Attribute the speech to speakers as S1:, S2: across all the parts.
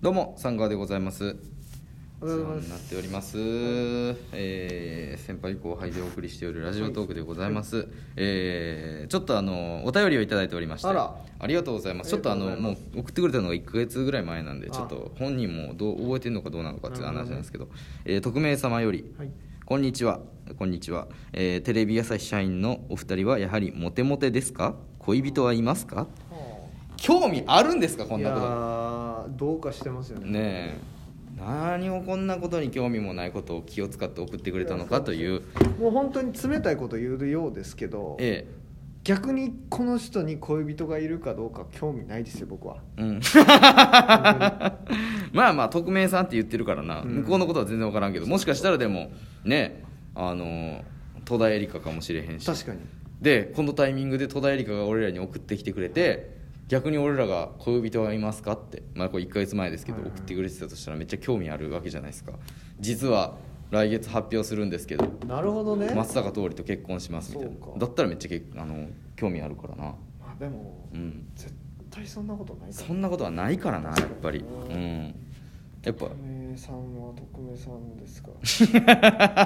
S1: どうも三川でございます
S2: おはようござ
S1: お世話
S2: います
S1: になっております、えー先輩後輩でお送りしておるラジオトークでございます、えーちょっとあのお便りをいただいておりまして
S2: あら
S1: ありがとうございますちょっとあ
S2: あり
S1: の
S2: がとうご
S1: も
S2: ざいうます
S1: 送ってくれたのが1か月ぐらい前なんで
S2: あ
S1: ちょっと本人もどう覚えてるのかどうなのかっていう話
S2: なる
S1: な
S2: ほどね
S1: んですけど、えー匿名様より、
S2: はい
S1: こんにちはこんにちは、えーテレビ朝日社員のお二人はやはりモテモテですか恋人はいますか興味あるんですかこんなこと
S2: いやーどうかしてますよね
S1: ねえ何をこんなことに興味もないことを気を使って送ってくれたのかという
S2: もう本当に冷たいこと言うようですけど、
S1: え
S2: 逆にこの人に恋人がいるかどうか興味ないですよ僕は
S1: えうん まあまあ匿名さんって言ってるからな、
S2: うん
S1: 向こうのことは全然分からんけどもしかしたらでもねあの戸田恵梨香かもしれへんし
S2: 確かに
S1: でこのタイミングで戸田恵梨香が俺らに送ってきてくれて逆に俺らが「恋人はいますか?」ってまあこれ1ヶ月前ですけど
S2: は
S1: 送
S2: いは
S1: っ
S2: い
S1: てくれてたとしたらめっちゃ興味あるわけじゃないですか実は来月発表するんですけど
S2: なるほどね、ま
S1: 松坂桃李と結婚しますみたい
S2: そ
S1: な
S2: うか
S1: だったらめっちゃけあの興味あるからな
S2: あ、でも、
S1: うん
S2: 絶対そんなことないから
S1: そ んなことはないからなやっぱりうんやっぱ
S2: 匿名さんは匿名さんですか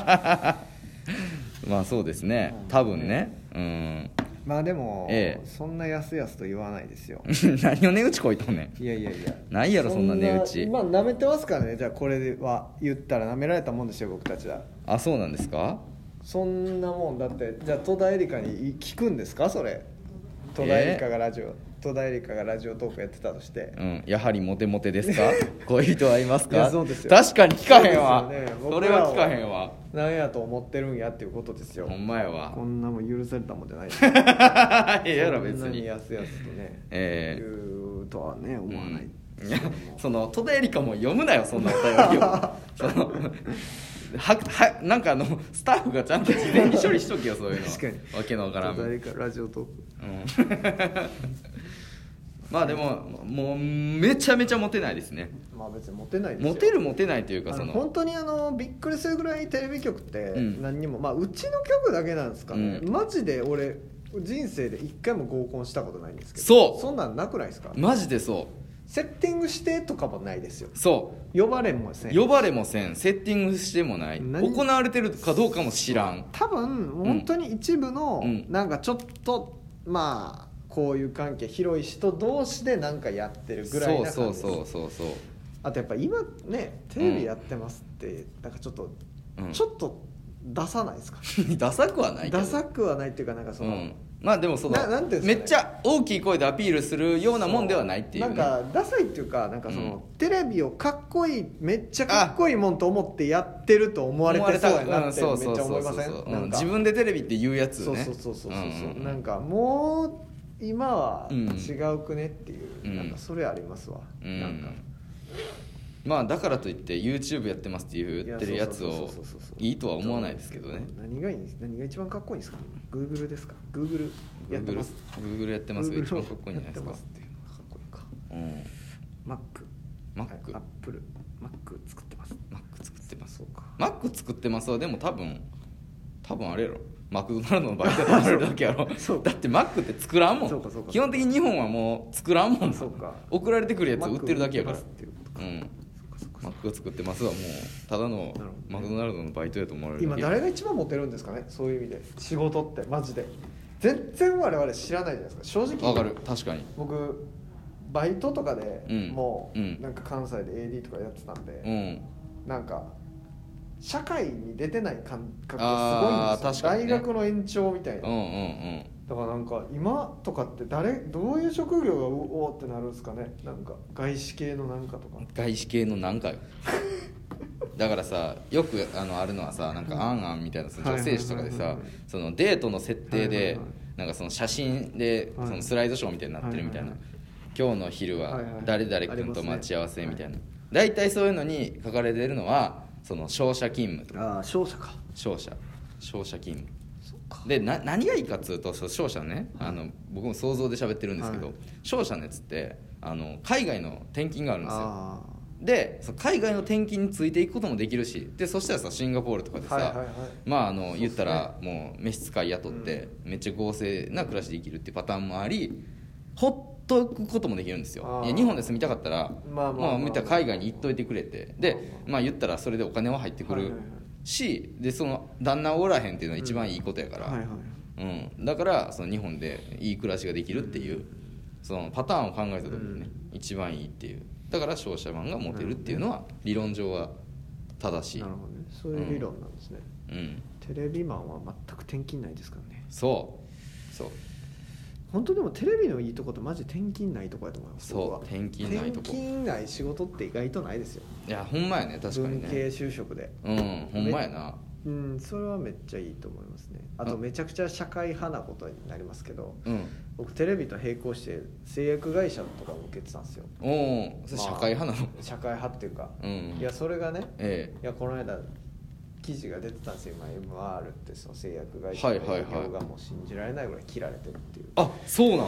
S1: まあそうですね
S2: うん
S1: 多分ねうん
S2: まあでも、
S1: ええ
S2: そんなやすやすと言わないですよ
S1: 何を値打ちこいとんねん
S2: いやいやいや
S1: ないやろそんな値打ち
S2: まあ舐めてますからねじゃあこれは言ったら舐められたもんですよ僕たちは
S1: あそうなんですか
S2: そんなもんだってじゃあ戸田恵梨香に聞くんですかそれ戸田恵梨香がラジオ、戸田恵梨香がラジオトークやってたとして
S1: うん、やはりモテモテです か恋人はいます
S2: い
S1: か
S2: やそうですよ
S1: 確かに聞かへんわ
S2: そ
S1: そ,、
S2: うですよね
S1: れは聞かへんわ
S2: なんやと思ってるんやっていうことですよ
S1: ほんまやわ
S2: こんなもん許されたもんじゃない
S1: ええやろ別
S2: そんな
S1: に
S2: やすやすとね、
S1: ええ
S2: 言うとはね思わない、
S1: うんいや その戸田恵梨香も読むなよそんなお便り をそのははなんかあのスタッフがちゃんと事前に処理しときよそういうの
S2: 確かに
S1: わけのわからん、
S2: 戸田
S1: う
S2: 恵
S1: ん、
S2: 梨香ラジオトーク
S1: まあでももうめちゃめちゃモテないですね
S2: まあ別にモテないですよ
S1: モテるモテないというか
S2: あ
S1: そ
S2: の
S1: の
S2: 本当にあのびっくりするぐらいテレビ局って
S1: うん
S2: 何にも、まあうちの局だけなんですかね、
S1: うん
S2: マジで俺人生で一回も合コンしたことないんですけど
S1: そう
S2: そんなんなくないですか
S1: マジでそ
S2: セッティングしてとかもないですよ
S1: うそ
S2: 呼ばれもせ
S1: うん呼ばれもせんセッティングしてもない
S2: 何
S1: 行われてるかどうかも知らん
S2: 多分本当に一部の
S1: うん
S2: なんかちょっと、まあこういう関係広い人同士でなんかやってるぐらい
S1: そう
S2: な
S1: そ
S2: 感
S1: う
S2: じです
S1: そうそうそう
S2: あとやっぱ今ねテレビやってますってなんかちょっと、
S1: うん
S2: ちょっと出さないですか
S1: ダサくはないけど
S2: ダサくはないっていうかなんかその、
S1: うん、まあでもその
S2: ななんていうん
S1: め
S2: ですか
S1: っ
S2: ね
S1: ちゃ大きい声でアピールするようなもんではないっていう,、ね、
S2: なんかダサいっていうかなんかその、テレビをかっこいいめっちゃかっこいいもんと思ってやってると思われてそうやなってめっちゃ思いません
S1: う
S2: なん
S1: ん
S2: か
S1: 自分でテレビって言うやつ
S2: そう
S1: ね
S2: そうそうそうそう、
S1: ん
S2: なんかもう今は
S1: うん
S2: 違うくねっていう、
S1: うん
S2: なんかそれありますわ、
S1: うん
S2: なんか
S1: まあだからといって YouTube やってますって言ってるやつ
S2: いやそう
S1: を
S2: そうそうそうそう
S1: いいとは思わないですけどね
S2: 何がいいんです何が一番かっこいいんですか Google ですか Google やってます
S1: Google やってますが
S2: Google
S1: 一番かっこいいんじゃないですか
S2: やってますっていうのがかっこいいか
S1: うん
S2: Mac
S1: Mac
S2: はい Apple Mac 作ってます
S1: Mac 作ってます
S2: そうか
S1: Mac 作ってますはでも多分多分あれやろマクドナルドのバイトであるだけやろ
S2: そう
S1: だって Mac って作らんも
S2: そうかそう
S1: ん
S2: か
S1: 基本的に日本はもう作らんもん
S2: そうか
S1: 送られてくるやつを売ってるだけやから
S2: Mac 売ってますっていうこと
S1: う
S2: か
S1: ん
S2: そっかそっかそ
S1: マ
S2: っ
S1: ッ
S2: か
S1: クを作ってますはもうただの
S2: なるほどね
S1: マクドナルドのバイトやと思われる
S2: 今
S1: だけ
S2: 誰が一番モテるんですかねそういう意味で仕事ってマジで全然我々知らないじゃないですか正直
S1: わかる確かに
S2: 僕バイトとかで、
S1: うん
S2: もう、
S1: うん
S2: なんか関西で AD とかやってたんで、
S1: うん
S2: なんか社会に出てない感覚
S1: あー
S2: がすごいんです
S1: 確
S2: よ、
S1: かにね
S2: 大学の延長みたい
S1: うんう
S2: な、
S1: ん
S2: だからなんか今とかって誰どういう職業がうおーってなるんですかねなんか外資系のなんかとか
S1: うん外資系の何かよ だからさよくあのあるのはさなんか「あんあん」みたいなさ
S2: はい
S1: 女性誌とかで
S2: はい
S1: さ
S2: はいはいはい
S1: そのデートの設定
S2: はいはい
S1: で
S2: はい
S1: なんかその写真で
S2: はい
S1: そのスライドショーみたいになってるみたいな
S2: はいはい
S1: 「今日の昼は
S2: はいはい
S1: 誰々君と待ち合わせ」みたいな大体そういうのに書かれてるのはその商社勤務とか
S2: ああ勝者か
S1: 商社商社勤務
S2: そっか
S1: でな何がいいかっつうとそう商社ね、あの僕も想像で喋ってるんですけど、
S2: はい
S1: 商社のやつってあの海外の転勤があるんですよ
S2: ああ
S1: でその海外の転勤についていくこともできるしでそしたらさシンガポールとかでさ、
S2: はいはいはい
S1: まああの
S2: そうっすね
S1: 言ったらもう召使い雇って、めっちゃ合成な暮らしで生きるっていうパターンもありほっとくこともできるんですよ
S2: あー
S1: いや日本で住みたかったら
S2: まあまあまあ
S1: まあ見たら海外に行っといてくれてでまあ言ったらそれでお金は入ってく
S2: はい
S1: る
S2: はいは
S1: しでその旦那をおらへんっていうのは一番いいことやから、
S2: はいはい
S1: うん、だからその日本でいい暮らしができるっていうそのパターンを考えた時にね、一番いいっていうだから商社マンがモテるっていうのは理論上は正しい
S2: なるほどねそういう理論なんですね、
S1: うん
S2: テレビマンは全く転勤ないですからね
S1: そうそう
S2: 本当でもテレビのいいとこってマジ転勤ないとこやと思います
S1: そう
S2: 僕は
S1: 転勤ないとこ
S2: 転勤ない仕事って意外とないですよ
S1: いやほんまやね確かに
S2: 文系
S1: ね
S2: 就職で
S1: うんほんまやな
S2: うんそれはめっちゃいいと思いますねあと
S1: うん
S2: めちゃくちゃ社会派なことになりますけど
S1: うん
S2: 僕テレビと並行して製薬会社とかも受けてたんですよ
S1: おおそれ社会派なの、
S2: 社会派っていうか、
S1: うん
S2: いやそれがね
S1: え
S2: いやこの間記事が出てたんですよ今 MR ってその製薬会社
S1: はいはいはい
S2: 営業がもう信じられないぐらい切られてるっていう
S1: えあそう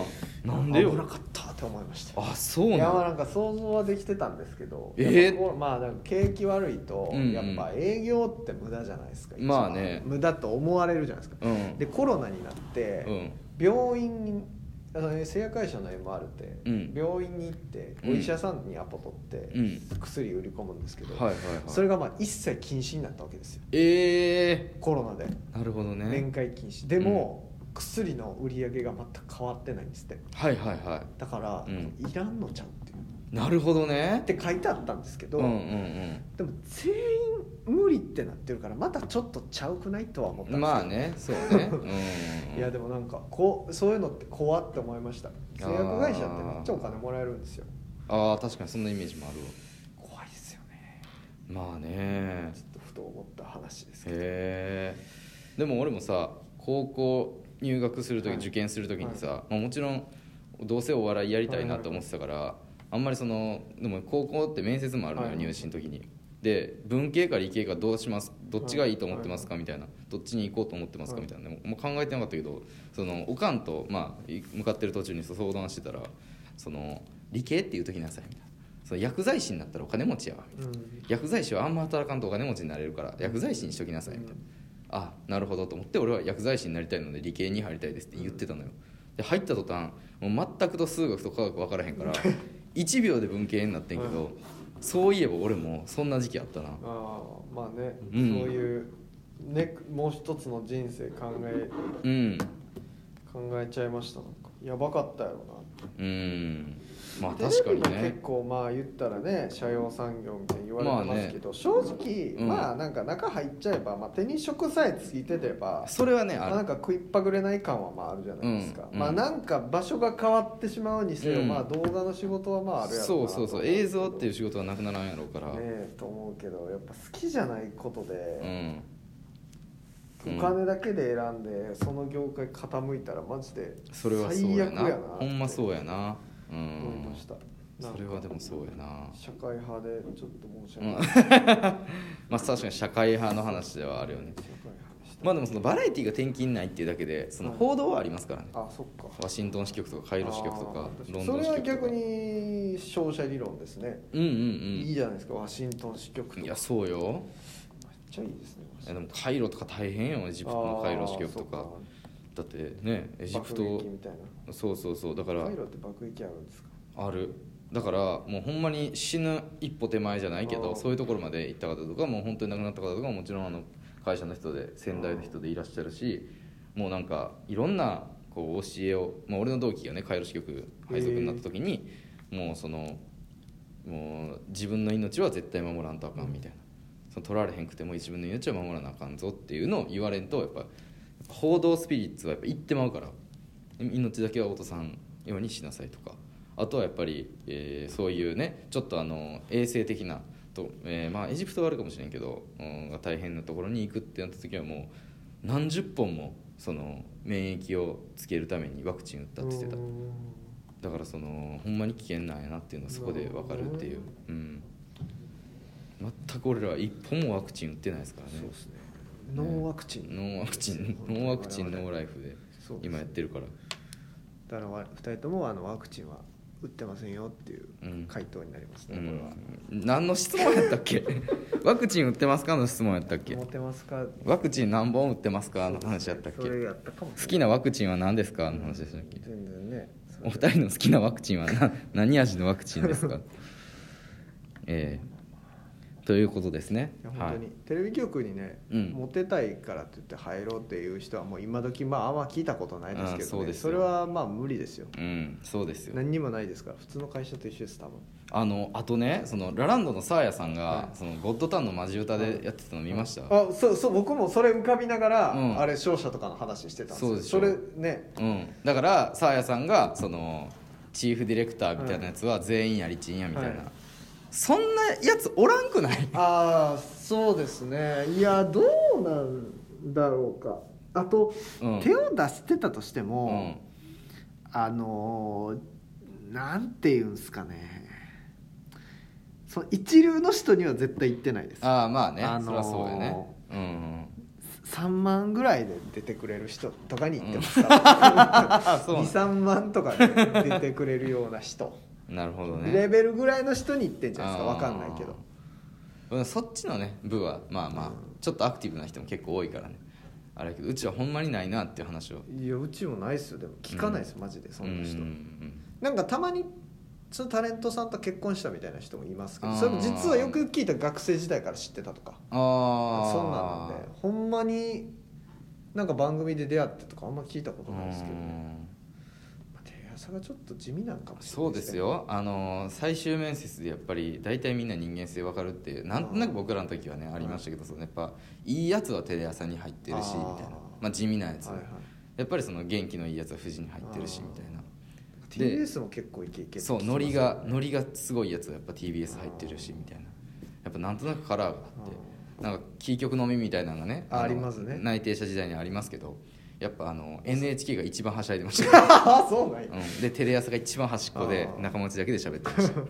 S1: なんなんでよ
S2: 危なかったって思いました
S1: あそう
S2: い
S1: な
S2: やまあ
S1: ん
S2: なんか想像はできてたんですけど
S1: え
S2: やっぱこうまあなんか景気悪いと
S1: うんうん
S2: やっぱ営業って無駄じゃないですか、一番
S1: まあね
S2: 無駄と思われるじゃないですか、
S1: うん
S2: でコロナになって、
S1: うん
S2: 病院にあの製薬会社の MR って、
S1: うん
S2: 病院に行って
S1: うん
S2: お医者さんにアポ取って、
S1: う
S2: 薬売り込むんですけど、
S1: はいはいはい
S2: それがまあ一切禁止になったわけですよ
S1: え
S2: コロナで
S1: ー、なるほど
S2: 面
S1: ね
S2: 会禁止でも、薬の売り上げが全く変わってないんですって
S1: はいはいは
S2: だから、
S1: うん
S2: いらんのちゃうっていう
S1: いなるほどね
S2: って書いてあったんですけど、
S1: うんうん
S2: でも全員無理ってなってるからまたちょっとちゃうくないとは思った
S1: うんん
S2: です
S1: まあねそう ねうんうんうん
S2: いやでもなんかこうそういうのって怖って思いました製薬会社ってめっちゃお金もらえるんですよ
S1: ああ確かにそんなイメージもあるわ
S2: 怖いですよね
S1: まあね
S2: ちょっとふと思った話ですけど、
S1: へえでも俺もさ高校入学する時、
S2: はい
S1: 受験する時にさ、まあ、もちろんどうせお笑いやりたいなと思ってたから、あんまりそのでも高校って面接もあるのよ、
S2: はい
S1: 入試の時にで文系か理系かどうしますどっちがいいと思ってますか、みたいなどっちに行こうと思ってますか、
S2: はい
S1: みたいなでももう考えてなかったけどそのおかんと、まあ、い向かってる途中にそう相談してたらその理系っていう時なさいみたいなその薬剤師になったらお金持ちやわみたいな
S2: うん
S1: 薬剤師はあんま働かんとお金持ちになれるから薬剤師にしときなさいみたいな、あなるほどと思って俺は薬剤師になりたいので理系に入りたいですって言ってたのよで入った途端もう全くと数学と科学分からへんから1秒で文系になってんけど、
S2: は
S1: そういえば俺もそんな時期あったな
S2: ああまあね、
S1: うん
S2: そういう、ね、もう一つの人生考え
S1: うん
S2: 考えちゃいましたなんかやばかったやろな
S1: うんまあ確かに
S2: テレビも結
S1: ね
S2: 構まあ言ったらね社用産業みたいに言われてますけど、正直、
S1: うん
S2: まあなんか中入っちゃえば、まあ、手に職さえついてれば、
S1: それはね
S2: まあ、な
S1: ある
S2: んか食いっぱぐれない感はまああるじゃないですか、
S1: うん
S2: まあ
S1: うん
S2: なんか場所が変わってしまうにせよ、
S1: うん
S2: まあ動画の仕事はまああるやろ
S1: そうそうそう映像っていう
S2: ね
S1: 仕事はなくならんやろうから、
S2: えと思うけどやっぱ好きじゃないこと
S1: う
S2: で、
S1: んうん
S2: お金だけで選んでその業界傾いたらマジで
S1: それはそうやな
S2: 最悪やな
S1: ほんまそううやなうん
S2: 思いました、なん
S1: そ
S2: か
S1: れはでもそうやな
S2: 社会派でちょっと申し
S1: う
S2: 訳
S1: ん
S2: ない、社
S1: まあ確かに社会派の話ではあるよね
S2: 会派でした、
S1: まあでもそのバラエティが転勤ないっていうだけでその報道はありますからね
S2: あそっか
S1: ワシントン支局とかカイロ支局とか
S2: あー
S1: ロンドン支
S2: それは
S1: 局とか
S2: 逆に商社理論ですね、
S1: うんうん
S2: いいじゃないですかワシントン支
S1: う
S2: 局と
S1: ん
S2: か
S1: いやそうよ
S2: めっちゃいいですね
S1: いやでもカイロとか大変よエジプトのカイロ支局とかだってねエ
S2: エ
S1: ジプ
S2: 爆
S1: ト
S2: 撃みたい
S1: そうそうそうだか
S2: な
S1: ら
S2: カイロって爆撃あるんですか
S1: あるだからもうほんまに死ぬ一歩手前じゃないけ
S2: あ
S1: ど
S2: ー
S1: そういうところまで行った方とかもう本当に亡くなった方とかももちろんあの会社の人で先代の人でいらっしゃるしもうなんかいろんなこう教えを、まあ、俺の同期がねカイロ支局配属になった時にもうそのもう自分の命は絶対守らんとあかんみたいなその取られへんくても自分の命は守らなあかんぞっていうのを言われんとやっぱ報道スピリッツはやっぱ言ってまうから命だけは落とさんようにしなさいとかあとはやっぱり、えーそういうねちょっとあの衛生的なと、えーまあエジプトはあるかもしれんけど、うん、が大変なところに行くってなった時はもう何十本もその免疫をつけるためにワクチン打ったって言ってた
S2: うーん
S1: だからそのほんまに危険なんやなっていうのはそこで分かるっていう、うん、全く俺らは一本もワクチン打ってないですからね
S2: そうですねノーワクチン、
S1: ノーワクチンノーワクチンノーライフで
S2: そうです
S1: 今やってるから
S2: だからわ二人ともあのワクチンは打ってませんよっていう
S1: うん
S2: 回答になりますね、
S1: う
S2: これ
S1: ん
S2: は、
S1: 何の質問やったっ けワクチン打ってますかの質問やったっけ
S2: モテますか
S1: ワクチン何本打ってますかの話やったっけ
S2: それ
S1: 好
S2: やったかもしれない
S1: きなワクチンは何ですかの話でしたっけ
S2: 全然ねそ
S1: お二人の好きなワクチンは な何味のワクチンですかええということですね
S2: いや本当に、
S1: はい、
S2: テレビ局にね、
S1: うん
S2: モテたいからって言って入ろうっていう人はもう今時まああんま聞いたことないですけ
S1: あーそ
S2: ど、
S1: うで
S2: ね、そ
S1: すよ
S2: れはまあ無理ですよ
S1: うんそうですよ
S2: 何にもないですから普通の会社と一緒です多分
S1: あのあとねそのラランドのサーヤさんが、
S2: はい
S1: そのゴッドタンのマジ歌でやってたの見ました、
S2: あそうそう僕もそれ浮かびながら、
S1: うん
S2: あれ商社とかの話してたんですよ
S1: そうでし
S2: そ
S1: ょ
S2: れね
S1: うん、だからサーヤさんがそのチーフディレクターみたいなやつは全員やりちんやみたいな、
S2: はい
S1: そんなやつおらんくない
S2: ああそうですねいやどうなんだろうかあと、
S1: うん
S2: 手を出してたとして
S1: う
S2: も
S1: ん、
S2: あのーなんていうんですかねその一流の人には絶対行ってないです
S1: ああまあね、
S2: あのー
S1: そりゃそうやねうんうん
S2: 3万ぐらいで出てくれる人とかに行ってます、
S1: あそうなん
S2: 23万とかで出てくれるような人、
S1: なるほど
S2: レ
S1: ね
S2: ベルぐらいの人に行ってんじゃないですかわかんないけど
S1: ど、うん、そっちのね部はまあまあ、
S2: うん
S1: ちょっとアクティブな人も結構多いからねあれやけどうちはほんまにないなっていう話を
S2: いやうちもないっすよでも聞かないです、マジでそんな人、
S1: うんうん
S2: なんかたまにそのタレントさんと結婚したみたいな人もいますけど
S1: あー
S2: それも実はよく聞いた学生時代から知ってたとか
S1: うんああ
S2: そんなんなんでほんまになんか番組で出会ってとかあんま聞いたことないですけど、ねまあ、テレ朝がちょっと地味なんかもしれな
S1: そ
S2: いう
S1: ですよあの最終面接でやっぱり大体みんな人間性分かるってなんとなく僕らの時はねありましたけどそのやっぱいいやつはテレ朝に入ってるし
S2: あ
S1: み
S2: ー
S1: たいな、まあ、地味なや
S2: ね
S1: つ、
S2: はいはい
S1: やっぱりその元気のいいやつは富士に入ってるし
S2: あー
S1: みたいな
S2: TBS も結構イケイケって聞き
S1: そ
S2: ま
S1: う
S2: すよね
S1: ノリがノリがすごいやつはやっぱ TBS 入ってるしみたいなやっぱなんとなくカラーがあってなんかキー局のみみたいなのがね
S2: あ
S1: の
S2: ありますね
S1: 内定者時代にありますけどやっぱあの NHK が 一番はしゃいでました
S2: あーそうなんや
S1: うん、でテレ朝が一番端っこで
S2: あー
S1: 仲間内だけで喋ってました